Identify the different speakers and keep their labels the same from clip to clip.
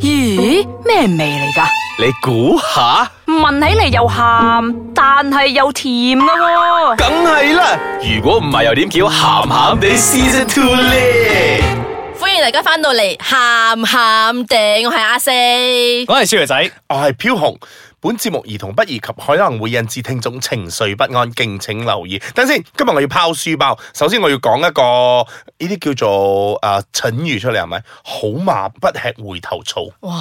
Speaker 1: 咦，咩味嚟噶？
Speaker 2: 你估下，
Speaker 1: 聞起嚟又鹹，但係又甜噶喎、
Speaker 2: 梗係啦。如果唔係又點叫鹹鹹地 Season Two 咧？
Speaker 3: 歡迎大家翻到嚟，咸咸地，我係阿四。
Speaker 4: 我係小肥仔，
Speaker 2: 我係飄紅。本節目兒童不宜及可能會引致聽眾情緒不安，敬請留意。等先，今日我要拋書包。首先我要講一個呢啲叫做啊、呃、蠢語出嚟係咪？好馬不吃回頭草。哇！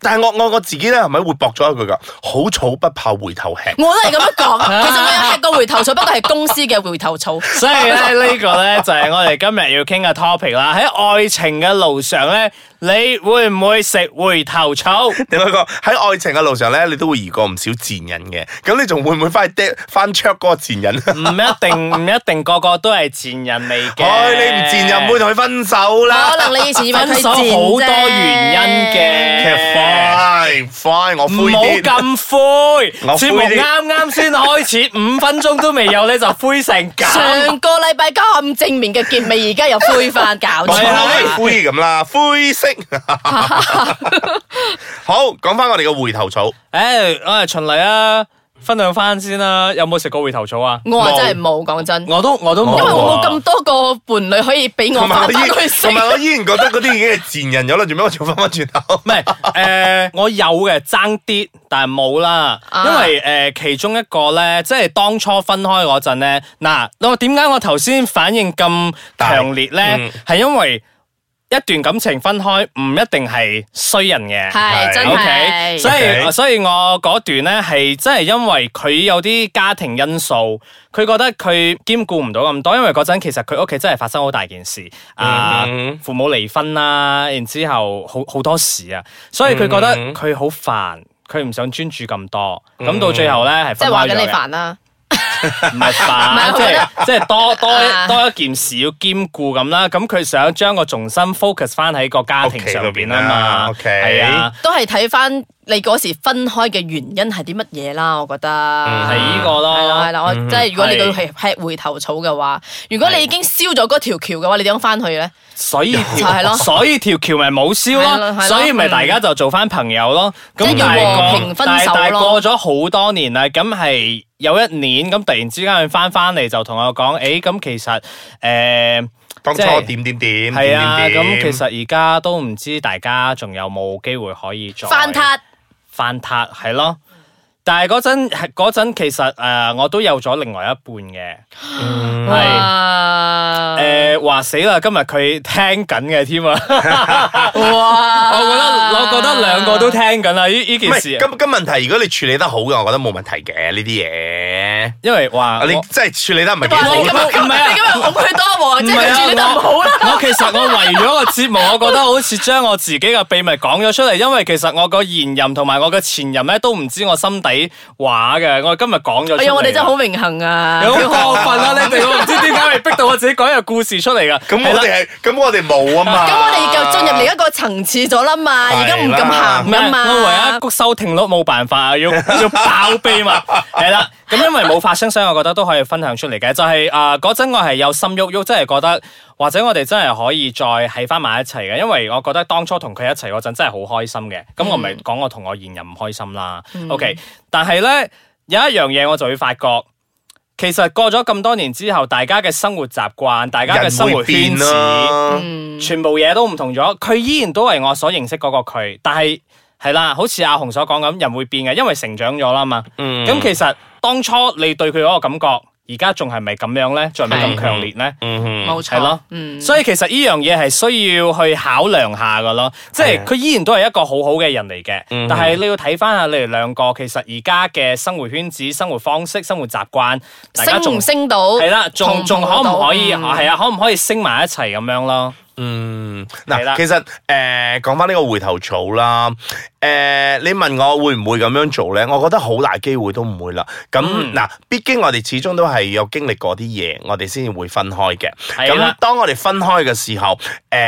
Speaker 2: 但係我我我自己咧係咪會駁咗一句㗎？好草不怕回頭吃。
Speaker 3: 我都係咁樣講，其實我有吃過回頭草，不過係公司嘅回頭草。
Speaker 4: 所以咧呢個咧就係我哋今日要傾嘅 topic 啦。喺愛情嘅路上咧，你會唔會食回頭草？
Speaker 2: 另外一個喺愛情嘅路上咧，你都會遇過唔少賤人嘅。咁你仲會唔會翻去掟翻 check 嗰個賤 人？
Speaker 4: 唔一定，唔一定個個都係賤人嚟嘅。
Speaker 2: 唉、哎你唔賤人唔會同佢分手啦。
Speaker 3: 可能你以前以為佢
Speaker 4: 分
Speaker 3: 賤
Speaker 4: 手好多原因嘅。
Speaker 2: fine fine，我
Speaker 4: 唔
Speaker 2: 灰
Speaker 4: 好
Speaker 2: 啲。
Speaker 4: 咁灰，
Speaker 2: 我灰啲
Speaker 4: 節目啱啱先開始，五分鐘都未有咧就灰成 咁。
Speaker 3: 上個禮拜咁正面嘅結尾，而家又灰翻搞
Speaker 2: 我
Speaker 4: 係啊
Speaker 3: 錯。
Speaker 2: 係灰咁啦，灰色。 好，講翻我哋嘅回頭草，
Speaker 4: 誒，我係循例啊，分享翻先啦。有冇食過回頭草啊？
Speaker 3: 我係真係冇講真，因
Speaker 4: 我都我都冇啊。
Speaker 3: 為我冇咁多個伴侶可以俾我
Speaker 2: 同埋
Speaker 3: 翻
Speaker 2: 我
Speaker 3: 返去
Speaker 2: 依
Speaker 3: 食
Speaker 2: 同。埋我依然覺得嗰啲已經係賤人咗啦，做咩我仲翻翻轉 頭
Speaker 4: 唔？係誒，我有嘅爭啲，但係冇啦，
Speaker 3: 啊
Speaker 4: 因為誒、呃其中一個咧，即係當初分開嗰陣咧，嗱，我點解我頭先反應咁強烈
Speaker 2: 大
Speaker 4: 咧
Speaker 2: 嗯？
Speaker 4: 係、因為一段感情分開唔一定係衰人嘅。
Speaker 3: 係真
Speaker 4: O K，所
Speaker 3: 係。
Speaker 4: 以
Speaker 2: OK
Speaker 4: 所以我嗰段咧係真係因為佢有啲家庭因素，佢覺得佢兼顧唔到咁多，因為嗰陣其實佢屋企真係發生好大件事，啊、
Speaker 2: 嗯
Speaker 4: 父母離婚啦，然之後好好多事啊，所以佢覺得
Speaker 2: 嗯
Speaker 4: 佢好煩。佢唔想專注咁多，咁到最後咧係
Speaker 3: 即
Speaker 4: 分
Speaker 3: 係話
Speaker 4: 開
Speaker 3: 緊
Speaker 4: 咗
Speaker 3: 你
Speaker 4: 嘅，
Speaker 3: 煩啦，
Speaker 4: 唔係煩，
Speaker 3: 唔係
Speaker 4: 即係即係多多
Speaker 3: 啊
Speaker 4: 多一件事要兼顧咁啦。咁佢想將個重心 focus 翻喺個家庭上邊啊嘛，
Speaker 2: 屋企裏邊啊，OK
Speaker 4: 係啊。
Speaker 3: 都係睇翻你嗰時分開嘅原因係啲乜嘢啦，我覺得
Speaker 4: 嗯係呢個咯嗯
Speaker 3: 係啦係啦，我即係如果你
Speaker 4: 係
Speaker 3: 要係吃回頭草嘅話，如果
Speaker 4: 係
Speaker 3: 你已經燒咗嗰條橋嘅話，你點樣翻去咧？
Speaker 4: 所以
Speaker 3: 就係咯
Speaker 4: 所以條橋咪冇燒
Speaker 3: 係咯係
Speaker 4: 咯，
Speaker 3: 咯
Speaker 4: 所以咪大家就做翻朋友咯。咁
Speaker 3: 即係要
Speaker 4: 但係
Speaker 3: 和
Speaker 4: 過
Speaker 3: 平分
Speaker 4: 但係
Speaker 3: 手咯
Speaker 4: 但係過咗好多年啦，咁係有一年咁突然之間佢翻翻嚟就同我講，誒咁其實誒
Speaker 2: 當初
Speaker 4: 即係
Speaker 2: 點點點，
Speaker 4: 係啊，
Speaker 2: 點點
Speaker 4: 咁
Speaker 2: 點
Speaker 4: 其實而家都唔知大家仲有冇機會可以再
Speaker 3: 翻撻
Speaker 4: 翻撻係咯。但係嗰陣嗰陣其實誒、呃我都有咗另外一半嘅，
Speaker 2: 嗯
Speaker 4: 係。
Speaker 3: 哇！
Speaker 4: 誒話死啦！今日佢聽緊嘅 添啊！
Speaker 3: 哇！
Speaker 4: 我覺得我覺得兩個都聽緊啊啦，呢呢
Speaker 2: 唔
Speaker 4: 件
Speaker 2: 係
Speaker 4: 事，
Speaker 2: 咁咁問題，如果你處理得好嘅，我覺得冇問題嘅呢啲嘢。
Speaker 4: 因為哇，
Speaker 2: 啊你
Speaker 4: 我
Speaker 2: 真係處理得唔係幾
Speaker 3: 哇！
Speaker 2: 好
Speaker 3: 你今日
Speaker 4: 我
Speaker 3: 咁
Speaker 4: 唔係啊
Speaker 3: 你今日好佢多
Speaker 4: 唔
Speaker 3: 王，即係
Speaker 4: 係
Speaker 3: 佢
Speaker 4: 啊
Speaker 3: 處理得唔好啦。
Speaker 4: 我 我其實我為咗個節目，我覺得好似將我自己嘅秘密講咗出嚟，因為其實我個現任同埋我嘅前任咧都唔知我心底話嘅，我今日講咗出嚟。
Speaker 3: 哎呀，我哋真係好榮幸啊！
Speaker 4: 你好過分啦！你哋我唔知點解會逼到我自己講一個故事出嚟噶。
Speaker 2: 咁我哋係，咁我哋冇啊嘛。
Speaker 3: 咁我哋就進入另一個層次咗啦嘛，
Speaker 2: 係啦
Speaker 3: 而家唔咁
Speaker 4: 啊唔
Speaker 3: 鹹
Speaker 4: 係
Speaker 3: 噶嘛。
Speaker 4: 我唯一谷收聽率冇辦法啊，要 要爆秘密係啦。咁因為冇發生，所以我覺得都可以分享出嚟嘅。就係啊嗰陣我係有心喐喐，真係覺得或者我哋真係可以再喺翻埋一齊嘅，因為我覺得當初同佢一齊嗰陣真係好開心嘅。咁我咪講我同我現任唔開心啦。OK，但係咧有一樣嘢我就會發覺。其實過咗咁多年之後，大家嘅生活習慣、大家嘅生活圈子，嗯
Speaker 2: 啦，
Speaker 3: 嗯
Speaker 4: 全部嘢都唔同咗，佢依然都係我所認識嗰個佢，但係係啦，好似阿紅所講咁，人會變嘅，因為成長咗啦嘛。咁、
Speaker 2: 嗯
Speaker 4: 其實當初你對佢嗰個感覺，而家仲係咪咁樣咧？仲係咪咁強烈咧？
Speaker 2: 嗯哼
Speaker 3: 冇
Speaker 4: 係
Speaker 3: 錯
Speaker 4: 咯，
Speaker 3: 嗯，
Speaker 4: 所以其實呢樣嘢係需要去考量下噶咯，即
Speaker 2: 係啊
Speaker 4: 係佢依然都係一個好好嘅人嚟嘅，
Speaker 2: 嗯
Speaker 4: 但係你要睇翻下你哋兩個其實而家嘅生活圈子、生活方式、生活習慣，大家
Speaker 3: 升
Speaker 4: 仲
Speaker 3: 唔升到？
Speaker 4: 係啦，仲仲可唔可以
Speaker 3: 同步到嗯
Speaker 4: 係啊？可唔可以升埋一齊咁樣咯？
Speaker 2: 嗯，
Speaker 4: 係
Speaker 2: 嗱，
Speaker 4: 啦
Speaker 2: 其實誒講翻呢個回頭草啦，誒、你問我會唔會咁樣做咧？我覺得好大機會都唔會啦。咁
Speaker 4: 嗯
Speaker 2: 嗱、畢竟我哋始終都係有經歷過啲嘢，我哋先至會分開嘅。
Speaker 4: 係啦
Speaker 2: 咁當我哋分開嘅時候，誒、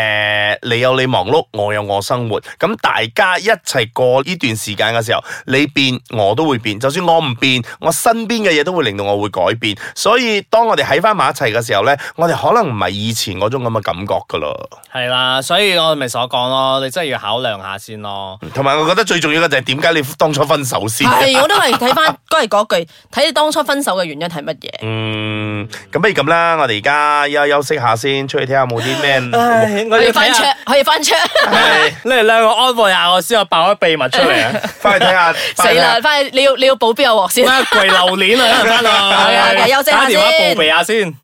Speaker 2: 你有你忙碌，我有我生活，咁大家一齊過呢段時間嘅時候，你變我都會變，就算我唔變，我身邊嘅嘢都會令到我會改變。所以當我哋喺翻埋一齊嘅時候咧，我哋可能唔係以前嗰種咁嘅感覺噶啦。
Speaker 4: 系啦，所以我咪所講咯，你真係要考量下先咯。
Speaker 2: 同埋我覺得最重要嘅就係點解你當初分手先。
Speaker 3: 係，我都係睇翻都係嗰句，睇你當初分手嘅原因係乜嘢。
Speaker 2: 嗯，咁不如咁啦，我哋而家休休息下先，出去睇下有冇啲咩。
Speaker 4: 我
Speaker 3: 可以翻 check，可以翻 check。
Speaker 4: 你哋兩個安慰下我先，我爆咗秘密出 嚟啊！
Speaker 2: 翻去睇下，
Speaker 3: 死啦！翻去你要你要保邊個鑊先？
Speaker 4: 咩跪榴莲啊，翻到
Speaker 3: 係啊休息下
Speaker 4: 打電話
Speaker 3: 先
Speaker 4: 報備下先。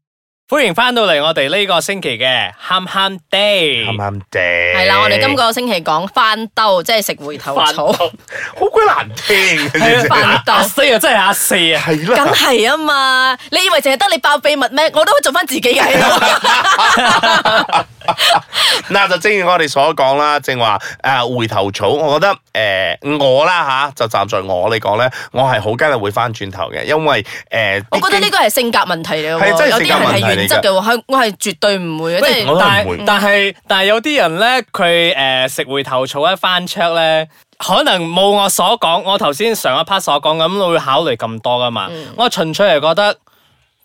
Speaker 4: 歡迎翻到嚟我哋呢個星期嘅喊喊
Speaker 2: 啱
Speaker 4: day，
Speaker 2: 啱地。係
Speaker 3: 係啦，我哋今個星期講翻兜，即係食回頭
Speaker 4: 翻
Speaker 3: 草。
Speaker 2: 好鬼難聽嘅 真係，
Speaker 3: 翻兜
Speaker 4: 阿四啊，真係阿四啊！
Speaker 2: 係
Speaker 3: 梗
Speaker 2: 啦。
Speaker 3: 係啊嘛！你以為淨係得你爆秘密咩？我都做翻自己嘅喺度。
Speaker 2: 嗱，就正如我哋所講啦，正話誒回頭草，我覺得誒、呃我啦吓、就站在我嚟講咧，我係好梗係會翻轉頭嘅，因為誒，呃
Speaker 3: 我覺得呢個係性格問題嚟
Speaker 2: 係
Speaker 3: 喎，
Speaker 2: 真係
Speaker 3: 有
Speaker 2: 性
Speaker 3: 啲
Speaker 2: 格
Speaker 3: 人
Speaker 2: 問題嚟㗎
Speaker 3: 係原則嘅喎，係我係絕對唔會嘅，即
Speaker 4: 喂
Speaker 2: 我
Speaker 3: 係
Speaker 2: 都
Speaker 4: 但
Speaker 2: 唔會
Speaker 4: 啊係但係但係有啲人咧，佢誒、呃食回頭草一翻 check 咧，可能冇我所講，我頭先上一 part 所講咁，會考慮咁多噶嘛。
Speaker 3: 嗯
Speaker 4: 我純粹係覺得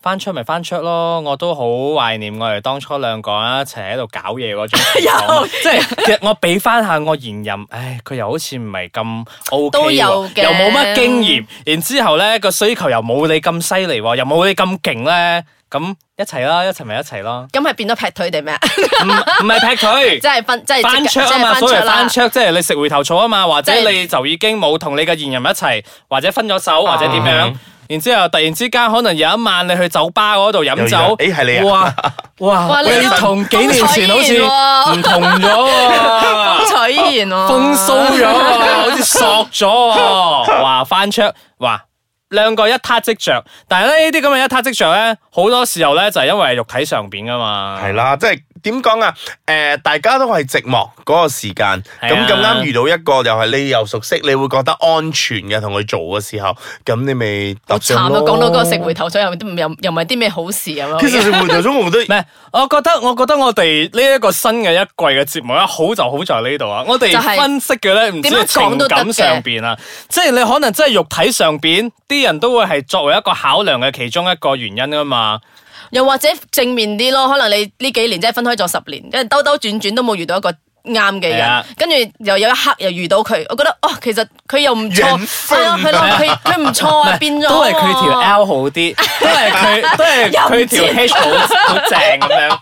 Speaker 4: 翻 check 咪翻 check 咯，我都好懷念我哋當初兩個人一齊喺度搞嘢 嗰種情況。
Speaker 3: 有
Speaker 4: 即係其實我俾翻下我現任，唉，佢又好似唔係咁 O K
Speaker 3: 都有嘅
Speaker 4: 又冇乜經驗，然之後咧個需求又冇你咁犀利喎，又冇你咁勁咧，咁一齊啦，一齊咪一齊咯。
Speaker 3: 咁係變咗劈腿定 咩啊？
Speaker 4: 唔唔係劈腿，
Speaker 3: 即係分即係
Speaker 4: 翻
Speaker 3: 即
Speaker 4: 桌
Speaker 3: 係
Speaker 4: 啊嘛，
Speaker 3: 即係
Speaker 4: 所謂
Speaker 3: 啦
Speaker 4: 翻桌即係你食回頭草啊嘛，或者
Speaker 3: 即係
Speaker 4: 你就已經冇同你嘅現任一齊，或者分咗手，
Speaker 3: 啊
Speaker 4: 或者點樣。
Speaker 2: 嗯
Speaker 4: 然之後突然之間，可能有一晚你去酒吧嗰度飲酒，
Speaker 2: 又有咦係你啊
Speaker 4: 哇哇，
Speaker 3: 哇你
Speaker 4: 你
Speaker 3: 呢個
Speaker 4: 同幾年前好似唔
Speaker 3: 風
Speaker 4: 同 咗喎，
Speaker 3: 風采依然喎，
Speaker 4: 風騷咗喎， 好似索咗喎，哇翻桌哇！兩個一撻即着，但係咧呢啲咁嘅一撻即着咧，好多時候咧就係因為肉體上邊噶嘛。
Speaker 2: 係啦，即係點講啊？誒、大家都係寂寞嗰個時間，
Speaker 4: 係啊
Speaker 2: 咁咁啱遇到一個又係你又熟悉，你會覺得安全嘅同佢做嘅時候，咁你咪
Speaker 3: 好
Speaker 2: 搭
Speaker 3: 慘啊！
Speaker 2: 上咯。
Speaker 3: 講到嗰個食哎回頭草又都唔又又唔係啲咩好事啊咁咯。
Speaker 2: 其實食回頭草 我覺得
Speaker 4: 咩？我覺得我覺得我哋呢一個新嘅一季嘅節目咧，啊好就好在呢度啊！我哋
Speaker 3: 就係
Speaker 4: 分析嘅咧，唔知
Speaker 3: 點樣
Speaker 4: 係情
Speaker 3: 講都得
Speaker 4: 感
Speaker 3: 嘅
Speaker 4: 上邊啊，即係你可能真係肉體上邊，啲人都會係作為一個考量嘅其中一個原因噶啊嘛。
Speaker 3: 又或者正面啲咯，可能你呢幾年真係分開咗十年，因為兜兜轉轉都冇遇到一個啱嘅
Speaker 4: 係啊
Speaker 3: 人，跟住又有一刻又遇到佢，我覺得哦，其實佢又唔錯，
Speaker 2: 人
Speaker 3: 係啊，佢咯，佢佢唔錯 啊，變咗
Speaker 4: 都係佢條 L 好啲，都係佢 都係佢條
Speaker 3: 又唔
Speaker 4: H 好好正咁樣。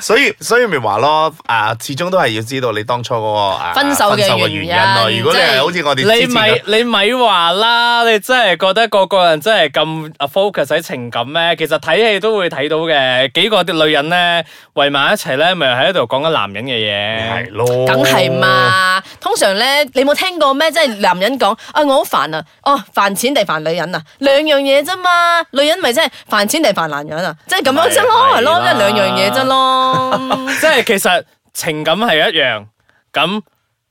Speaker 2: 所以所以咪話咯，啊，始終都係要知道你當初嗰、個啊
Speaker 3: 分手嘅
Speaker 2: 嘅
Speaker 3: 原
Speaker 2: 原因咯。
Speaker 3: 因
Speaker 2: 如果你
Speaker 3: 即
Speaker 2: 係
Speaker 3: 係
Speaker 2: 好似我哋
Speaker 4: 你
Speaker 2: 之前啊
Speaker 4: 咪
Speaker 2: 咁
Speaker 4: 你咪話啦，你真係覺得個個人真係咁啊 focus 喺情感咩？其實睇戲都會睇到嘅，幾個啲女人咧圍埋一齊咧，咪喺度講緊男人嘅嘢
Speaker 2: 係。咯，
Speaker 3: 梗係。
Speaker 4: 哦
Speaker 3: 嘛，通常咧，你冇聽過咩？即係男人講啊，我好煩啊，哦，煩錢定煩女人啊，兩樣嘢啫嘛。女人咪即係煩錢定煩男人啊，即係咁樣啫咯，
Speaker 4: 係
Speaker 3: 係咯，
Speaker 4: 係
Speaker 3: 即係兩樣嘢啫咯。
Speaker 4: 即係其實情感係一樣，咁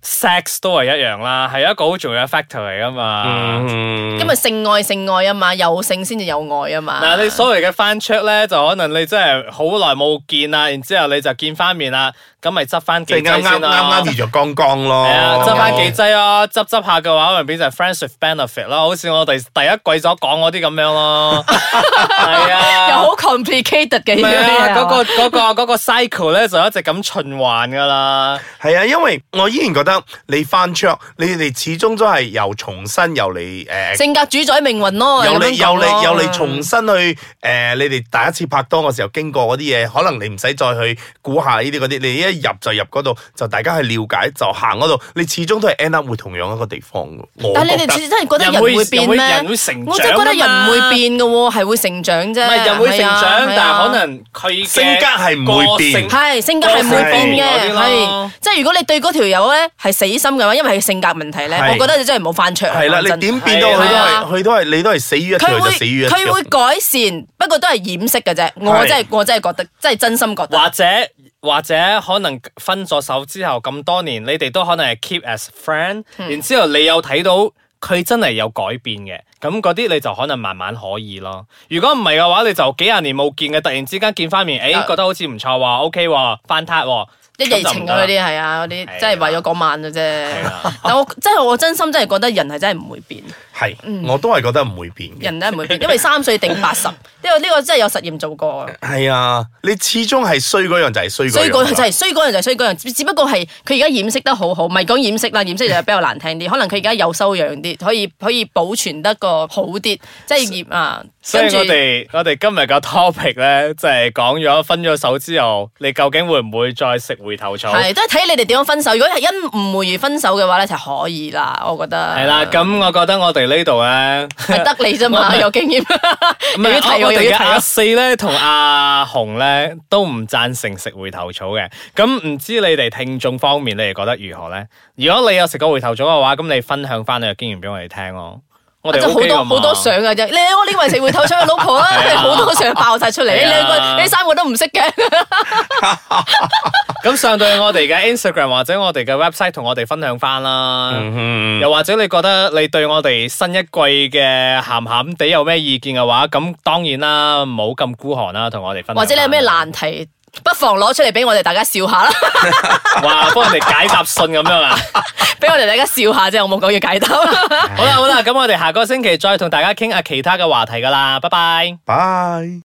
Speaker 4: sex 都係一樣啦，係一個好重要嘅 factor 嚟噶嘛。
Speaker 2: 嗯
Speaker 3: 因為性愛性愛啊嘛，有性先至有愛啊嘛。
Speaker 4: 嗱，你所謂嘅翻 check 咧，就可能你真係好耐冇見啦，然之後你就見翻面啦，咁咪執翻
Speaker 2: 即
Speaker 4: 幾
Speaker 3: 啊
Speaker 2: 係啱
Speaker 4: 劑
Speaker 2: 啱
Speaker 4: 先
Speaker 2: 啱
Speaker 4: 咯。
Speaker 2: 啱遇着剛剛
Speaker 3: 哦
Speaker 2: 咯，哦
Speaker 4: 系啊，執翻幾劑咯，執執下嘅話，可能變成 friends with benefit 咯，好似我哋第一季所講嗰啲咁樣 咯。係
Speaker 3: 又
Speaker 4: 啊，
Speaker 3: 好 complicated 嘅
Speaker 4: 唔係啊，
Speaker 3: 嘢
Speaker 4: 嗰個嗰個嗰個 cycle 咧就一直咁循環噶啦。
Speaker 2: 係啊，因為我依然覺得你翻桌，你哋始終都係由重新由你誒。
Speaker 3: 性格主宰命運咯，
Speaker 2: 由
Speaker 3: 咁
Speaker 2: 你
Speaker 3: 樣
Speaker 2: 由
Speaker 3: 講
Speaker 2: 你
Speaker 3: 咯
Speaker 2: 由你重新去誒、你哋第一次拍拖嘅時候經過嗰啲嘢，可能你唔使再去估下呢啲嗰啲，你一入就入嗰度，就大家去了解就行嗰度，你始終都係 end up 會同樣一個地方嘅。我
Speaker 3: 但係
Speaker 2: 覺
Speaker 3: 你
Speaker 2: 得
Speaker 3: 哋真係覺得人
Speaker 4: 人會
Speaker 3: 會變咩？
Speaker 4: 人會成長
Speaker 3: 我真係覺得人唔會變嘅喎，係會成長啫。
Speaker 4: 唔係人會成
Speaker 3: 係啊
Speaker 4: 長，
Speaker 3: 係啊
Speaker 4: 但係可能佢嘅
Speaker 2: 性格係唔會變
Speaker 4: 個性
Speaker 3: 係性格係唔會變
Speaker 4: 係
Speaker 3: 嘅，
Speaker 4: 咯
Speaker 3: 係即係如果你對嗰條友咧係死心嘅話，因為係性格問題咧，
Speaker 2: 係
Speaker 3: 我覺得你真係冇翻桌。
Speaker 2: 係啦，
Speaker 3: 講真
Speaker 2: 你點變到佢都
Speaker 3: 係啊
Speaker 2: 係佢都係你都係死於一條
Speaker 3: 佢
Speaker 2: 就
Speaker 3: 會
Speaker 2: 死於一條。
Speaker 3: 佢會改善，不過都係掩飾嘅啫。我
Speaker 2: 係
Speaker 3: 真係我真係覺得，真係真心覺得。
Speaker 4: 或者或者可能分咗手之後咁多年，你哋都可能係 keep as friend，、然
Speaker 3: 嗯
Speaker 4: 之後你有睇到佢真係有改變嘅，咁嗰啲你就可能慢慢可以咯。如果唔係嘅話，你就幾廿年冇見嘅，突然之間見翻面，誒、
Speaker 3: 啊
Speaker 4: 覺得好似唔錯喎，OK 喎，翻撻喎，
Speaker 3: 一夜情啊嗰
Speaker 4: 咁就唔得啦。
Speaker 3: 啲係啊，嗰
Speaker 4: 係啊
Speaker 3: 啲真係為咗嗰晚嘅啫
Speaker 4: 啊。
Speaker 3: 但我真係我真心真係覺得人係真係唔會變，嗯
Speaker 2: 係，我都係覺得唔會變嘅。
Speaker 3: 人咧唔會變，因為三歲定八十，呢個呢個真係有實驗做過 啊。
Speaker 2: 係啊，你始終係衰嗰樣就係衰嗰樣啦。
Speaker 3: 衰
Speaker 2: 啊
Speaker 3: 嗰
Speaker 4: 啊
Speaker 3: 樣就係衰嗰樣就係衰嗰樣，只只不過係佢而家掩飾得好好，唔係講掩飾啦，掩飾就係比較難聽啲。可能佢而家有修養啲，可以可以保存得個好啲，即係掩啊。
Speaker 4: 所以
Speaker 3: 跟住
Speaker 4: 我哋我哋今日嘅 topic 咧，就係講咗分咗手之後，你究竟會唔會再食回頭草？
Speaker 3: 係都係睇你哋點樣分手。如果係因誤會而分手嘅話咧，就可以啦，我覺得。
Speaker 4: 係啦，咁我覺得我哋呢度咧。
Speaker 3: 係得你啫嘛，有經驗。
Speaker 4: 唔
Speaker 3: 又要
Speaker 4: 係
Speaker 3: 提
Speaker 4: 啊我
Speaker 3: 我，
Speaker 4: 我
Speaker 3: 又
Speaker 4: 哋嘅
Speaker 3: 要提
Speaker 4: 阿
Speaker 3: 我。
Speaker 4: 四咧同阿紅咧都唔贊成食回頭草嘅，咁唔知你哋聽眾方面你哋覺得如何咧？如果你有食過回頭草嘅話，咁你分享翻你嘅經驗俾我哋聽咯。我哋
Speaker 3: 就啊好
Speaker 4: OK 㗎
Speaker 3: 多
Speaker 4: 嘛
Speaker 3: 好多相嘅啫，你我呢個係食回頭草嘅老婆啊，
Speaker 4: 係啊
Speaker 3: 好多相爆晒出嚟，
Speaker 4: 係啊
Speaker 3: 你兩個你三個都唔識嘅。
Speaker 4: 咁上到我哋嘅 Instagram 或者我哋嘅 website 同我哋分享翻啦。
Speaker 2: 嗯
Speaker 4: 又或者你覺得你對我哋新一季嘅鹹鹹地有咩意見嘅話，咁當然啦，唔好咁孤寒啦，同我哋 分享
Speaker 3: 或者你有咩
Speaker 4: 啦
Speaker 3: 難題，不妨攞出嚟俾我哋大家笑下啦，
Speaker 4: 哇，幫人哋解答信咁樣啊！
Speaker 3: 俾我哋大家笑下啫，我冇講要解答。
Speaker 4: 好啦好啦，咁我哋下個星期再同大家傾下其他嘅話題噶啦，拜拜。
Speaker 2: 拜。